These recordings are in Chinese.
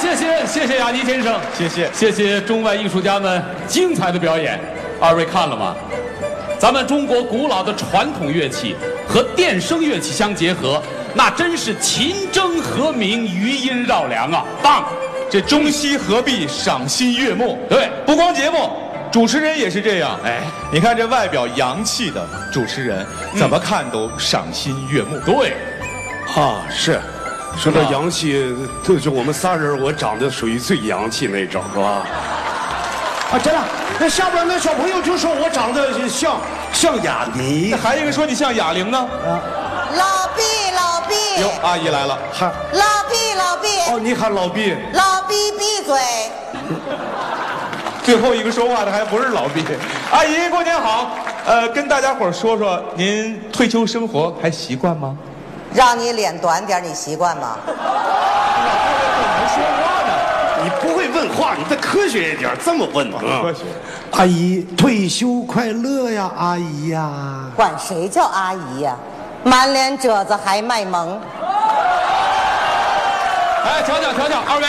谢谢谢谢雅尼先生，谢谢。谢谢中外艺术家们精彩的表演，二位看了吗？咱们中国古老的传统乐器和电声乐器相结合，那真是琴筝和鸣，余音绕梁啊！棒！这中西合璧，赏心悦目。对不光节目，主持人也是这样。哎，你看这外表洋气的主持人，怎么看都赏心悦目。对，啊，是。说到洋气，就是我们仨人，我长得属于最洋气那种，是吧？啊，真的。那下边那小朋友就说我长得像像雅尼那，还有一个说你像哑铃呢。老毕，老毕，哟，阿姨来了，还老毕，老毕，哦，你喊老毕，老毕闭嘴！最后一个说话的还不是老毕。 阿姨，过年好。呃，跟大家伙儿说说，您退休生活还习惯吗？让你脸短点，你习惯吗？你不会问话，你再科学一点，这么问啊？嗯科学。阿姨退休快乐呀，阿姨嗯呀。管谁叫阿姨呀、满脸褶子还卖萌，哎，瞧瞧瞧瞧，二位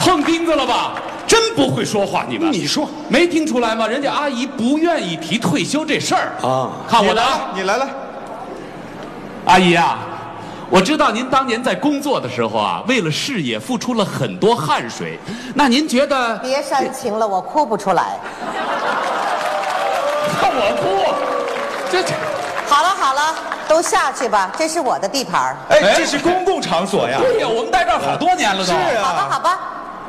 碰钉子了吧？真不会说话，你们。你说没听出来吗？人家阿姨不愿意提退休这事儿啊看我的啊。你来来，阿姨啊，我知道您当年在工作的时候啊，为了事业付出了很多汗水。那您觉得别煽情了，我哭不出来。看我哭，这这好了好了，都下去吧，这是我的地盘儿。哎，这是公共场所呀。哎对呀，我们在这儿好多年了都。是啊好吧好吧，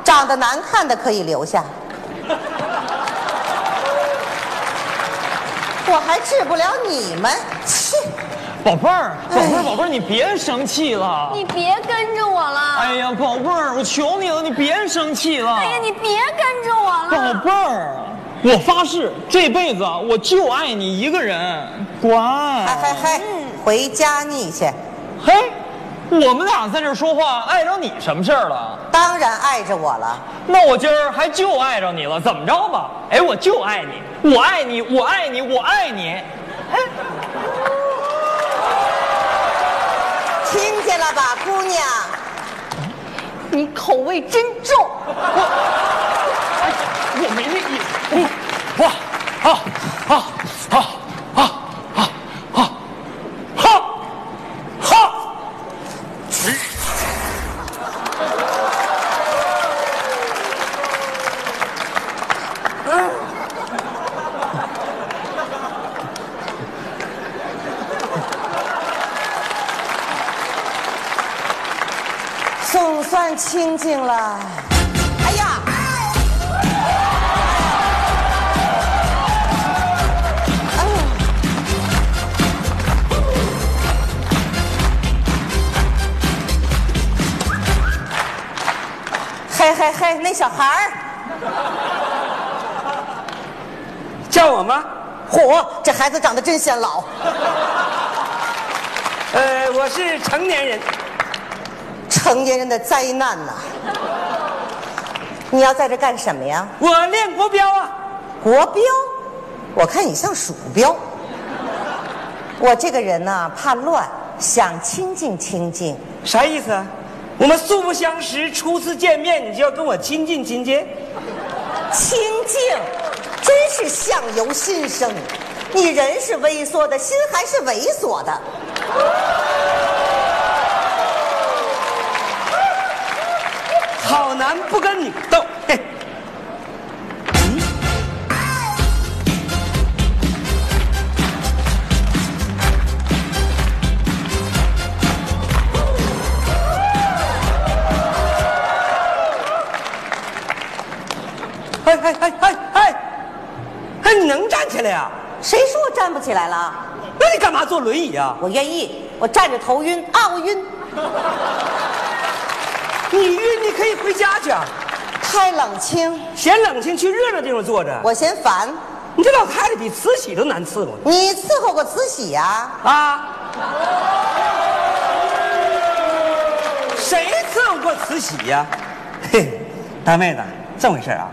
长得难看的可以留下。我还治不了你们，切！嗯宝贝儿，宝哎贝儿，宝贝儿，你别生气了。你别跟着我了！哎呀，宝贝儿，我求你了，你别生气了。哎呀，你别跟着我了！宝贝儿，我发誓这辈子我就爱你一个人。滚！哎嗨嗨嗨，哎回家腻去。嘿，我们俩在这儿说话，碍着你什么事儿了？当然碍着我了，那我今儿还就碍着你了，怎么着吧？哎，我就爱你，我爱你，我爱你，我爱你。哎，听见了吧，姑娘？你口味真重。我没那意思。我，啊啊啊啊啊啊！哈，哈。总算清静了。哎呀！哎呦嘿嘿嘿，那小孩儿叫我吗？，嚯，这孩子长得真显老，呃，我是成年人，成年人的灾难呐、你要在这干什么呀？我练国标啊。国标，我看你像鼠标。我这个人呢、怕乱，想清静清静。啥意思啊？我们素不相识，初次见面你就要跟我亲近亲近？清静，真是相由心生。你人是微缩的，心还是猥琐的。好男不跟你斗。嘿，哎哎哎哎哎，哎，你能站起来呀、谁说我站不起来了？那你干嘛坐轮椅啊呀、我愿意，我站着头晕啊，我晕， 你晕，你可以回家去啊，太冷清，嫌冷清去热闹地方坐着。我嫌烦。你这老太太比慈禧都难伺候呢你伺候过慈禧呀、啊！谁伺候过慈禧呀、嘿，大妹子，这么回事啊？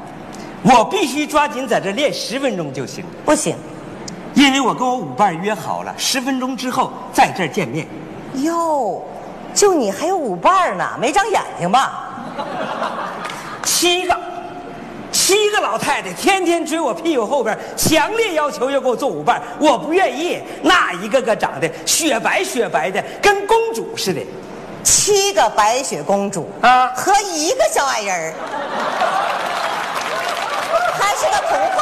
我必须抓紧在这练十分钟就行，不行，因为我跟我舞伴约好了，十分钟之后在这儿见面。哟，就你还有舞伴呢，没长眼睛吧？七个，七个老太太天天追我屁股后边，强烈要求要给我做舞伴，我不愿意。那一个个长得雪白雪白的，跟公主似的。七个白雪公主啊和一个小矮人儿， 还是个童话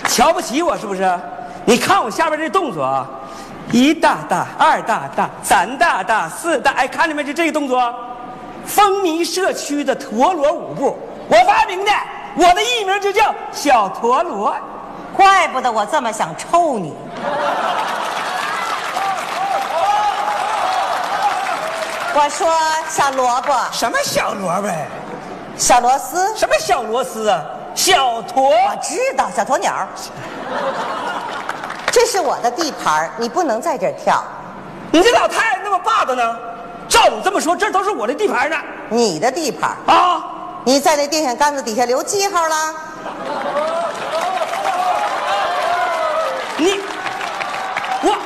故事。瞧不起我是不是？你看我下边这动作啊，一大大，二大大，三大大，四大，哎，看见没？就这个动作，风靡社区的陀螺舞步，我发明的，我的艺名就叫小陀螺。怪不得我这么想抽你。我说小萝卜、什么小萝卜？小螺丝，什么小螺丝啊？小陀我知道小鸵鸟，这是我的地盘儿你不能在这儿跳。你这老太太那么霸道呢？照你这么说，这都是我的地盘呢你的地盘儿啊！你在那电线杆子底下留记号了。你，我，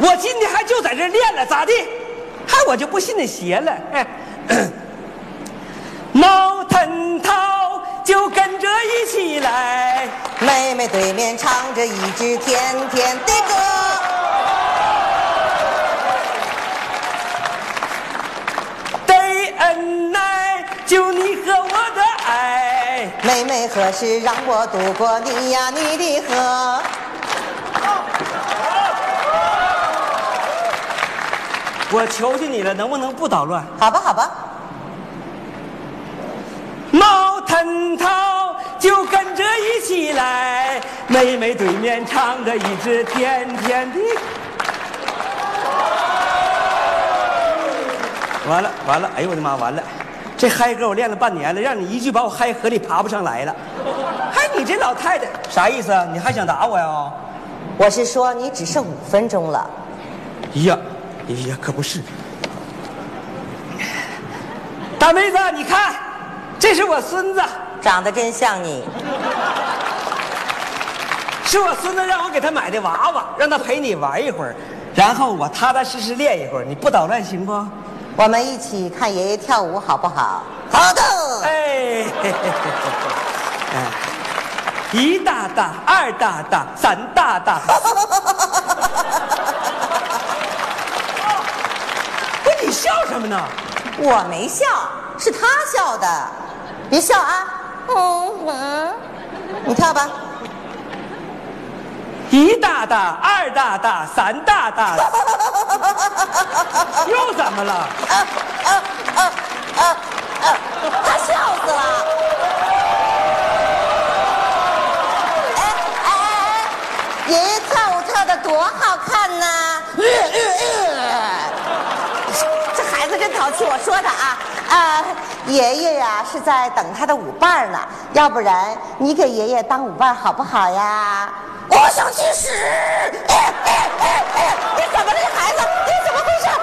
我今天还就在这练了，咋地？还我就不信那邪了。哎， 毛腾涛就跟着一起来，妹妹对面唱着一支甜甜的歌，得恩爱就你和我的爱。妹妹何时让我渡过你呀你的河？我求求你了，能不能不捣乱？好吧，好吧，毛腾涛就跟着一起来，妹妹对面唱着一支甜甜的。完了完了，哎呦我的妈，完了！这嗨歌我练了半年了，让你一句把我嗨河里爬不上来了。嗨、你这老太太啥意思啊？你还想打我呀？我是说你只剩五分钟了，呀，哎呀，可不是。大妹子，你看，这是我孙子。长得真像你。是我孙子让我给他买的娃娃，让他陪你玩一会儿，然后我踏踏实实练一会儿。你不捣乱行不？我们一起看爷爷跳舞好不好？好的，哎， 嘿嘿嘿嘿哎，一大大，二大大，三大大。 不，你笑什么呢？我没笑，是他笑的，别笑啊。嗯嗯，你跳吧。一大大，二大大，三大大。 又怎么了？呃他笑死了。哎哎哎哎，爷爷跳舞跳的多好看呐、呃呃呃这孩子真淘气，我说他啊啊，爷爷呀、是在等他的舞伴儿呢，要不然你给爷爷当舞伴儿好不好呀？我想去屎！哎哎哎哎，你怎么了，这孩子？你怎么回事？啊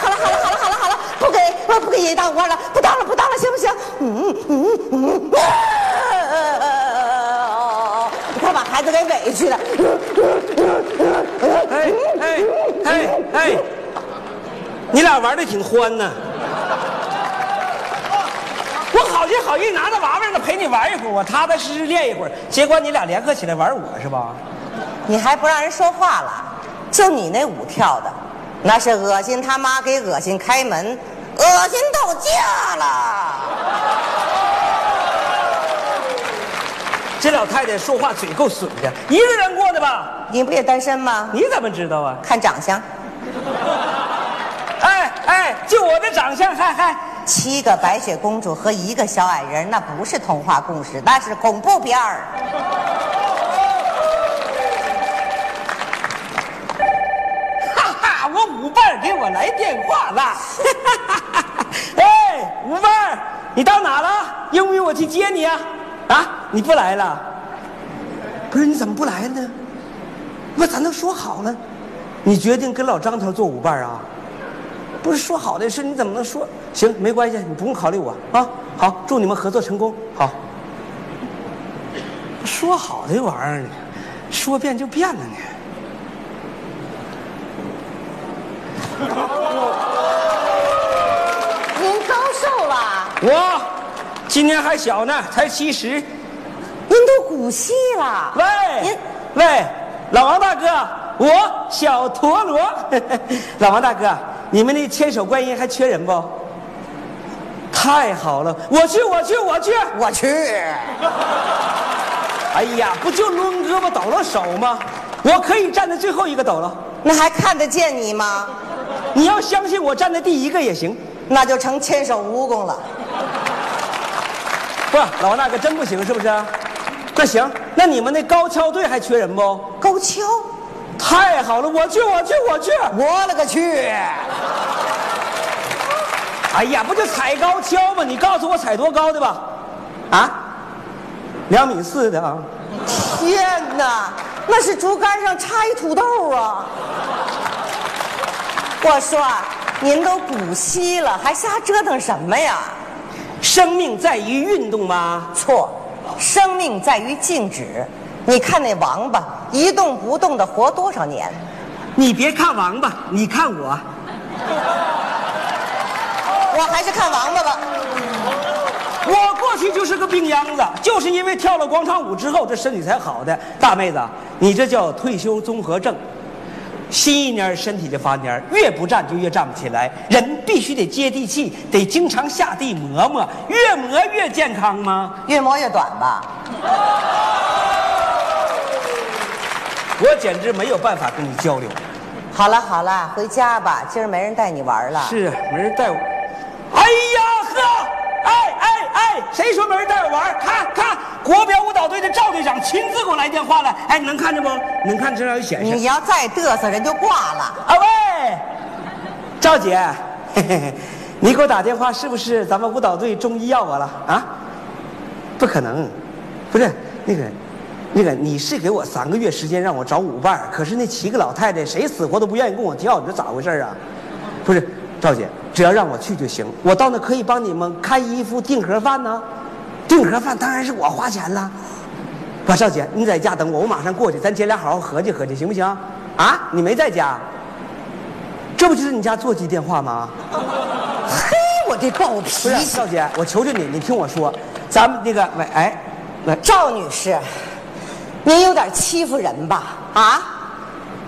好了好了好了好了好了，不给我不给爷爷当舞伴了，不当了不当了，行不行？嗯嗯嗯嗯。啊你看把孩子给委屈的，哎哎哎哎，你俩玩的挺欢呢。我好心好意拿着娃娃让他陪你玩一会儿，我踏踏实实练一会儿，结果你俩联合起来玩我是吧？你还不让人说话了？就你那舞跳的，那是恶心他妈给恶心开门，恶心到家了。这老太太说话嘴够损的，一个人过的吧？你不也单身吗？你怎么知道啊？看长相，哎哎，就我这长相，嗨嗨，七个白雪公主和一个小矮人，那不是童话故事，那是恐怖片儿。哈哈，我舞伴给我来电话了。 哎，舞伴，你到哪了？用不用我去接你啊？啊，你不来了？不是，你怎么不来呢？不，咱都说好了，你决定跟老张头做舞伴啊？不是说好的事，你怎么能说？行，没关系，你不用考虑我啊。好，祝你们合作成功。好，说好的玩意儿呢，说变就变了呢。你我今年还小呢，才七十。您都古稀了。喂您喂，老王大哥，我小陀螺。 老王大哥，你们那千手观音还缺人不？太好了，我去，我去，我去。我去，哎呀，不就抡胳膊抖了手吗？我可以站在最后一个抖了。那还看得见你吗？你要相信我站在第一个也行。那就成千手蜈蚣了。不是，老王大哥真不行，是不是？那行，那你们那高跷队还缺人不？高跷，太好了，我去，我去，我去！我勒个去！哎呀，不就踩高跷吗？你告诉我踩多高的吧？啊，两米四的啊！天哪，那是竹竿上插一土豆啊！我说，您都古稀了，还瞎折腾什么呀？生命在于运动吗？错，生命在于静止。你看那王八一动不动的活多少年？你别看王八，你看我。我还是看王八吧。我过去就是个病秧子，就是因为跳了广场舞之后，这身体才好的。大妹子，你这叫退休综合症。新一年身体就发蔫儿，越不站就越站不起来。人必须得接地气，得经常下地磨磨，越磨越健康吗？越磨越短吧。我简直没有办法跟你交流。好了好了，回家吧，今儿没人带你玩了。是啊，没人带我。哎呀呵，哎哎哎，谁说没人带我玩儿？看看国标舞蹈队的赵队长亲自给我来电话了。哎，能看见不？能看这上有显示。你要再嘚瑟，人就挂了。啊喂，赵姐，嘿嘿嘿，你给我打电话是不是咱们舞蹈队中医要我了啊？不可能，不是那个，那个你是给我三个月时间让我找舞伴儿，可是那七个老太太谁死活都不愿意跟我跳，你说咋回事儿啊？不是，赵姐，只要让我去就行，我到那可以帮你们看衣服、订盒饭呢、订盒饭当然是我花钱了。不，少姐，你在家等我，我马上过去，咱姐俩好好合计合计，行不行？啊，你没在家，这不就是你家座机电话吗？嘿，我这暴不脾是，啊气。少姐，我求求你，你听我说，咱们那个，喂，哎，喂，赵女哎士，您有点欺负人吧？啊，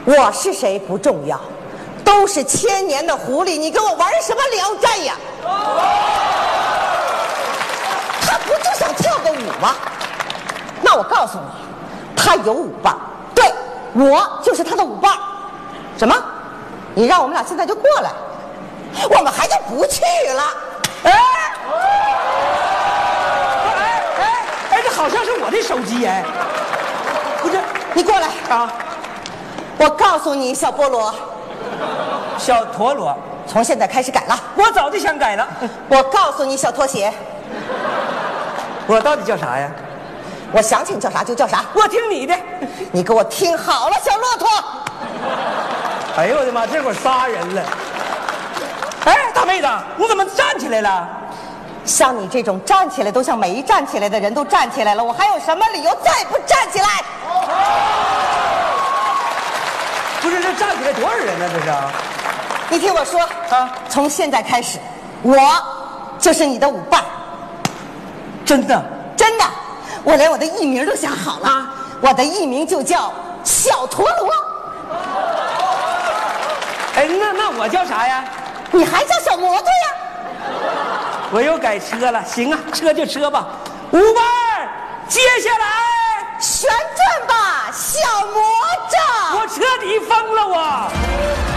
我是谁不重要，都是千年的狐狸，你跟我玩什么聊斋呀？他不就想跳个舞吗？那我告诉你，他有舞伴，对我就是他的舞伴。什么？你让我们俩现在就过来，我们还就不去了。哎。哎哎哎，这好像是我的手机哎，不是你过来，啊，我告诉你，小菠萝，小陀螺，从现在开始改了。我早就想改了，我告诉你，小拖鞋，我到底叫啥呀？我想起你叫啥就叫啥。我听你的，你给我听好了，小骆驼。哎呦我的妈，这会儿仨人了，哎，大妹子，你怎么站起来了？像你这种站起来都像没站起来的人都站起来了，我还有什么理由再不站起来？不是这站起来多少人呢？这是啊。你听我说啊从现在开始，我就是你的舞伴，真的，真的，我连我的艺名都想好了，啊我的艺名就叫小陀螺，哎，那那我叫啥呀？你还叫小摩托呀？我又改车了，行啊，车就车吧。五伴儿，接下来旋转吧，小魔杖！我彻底疯了我。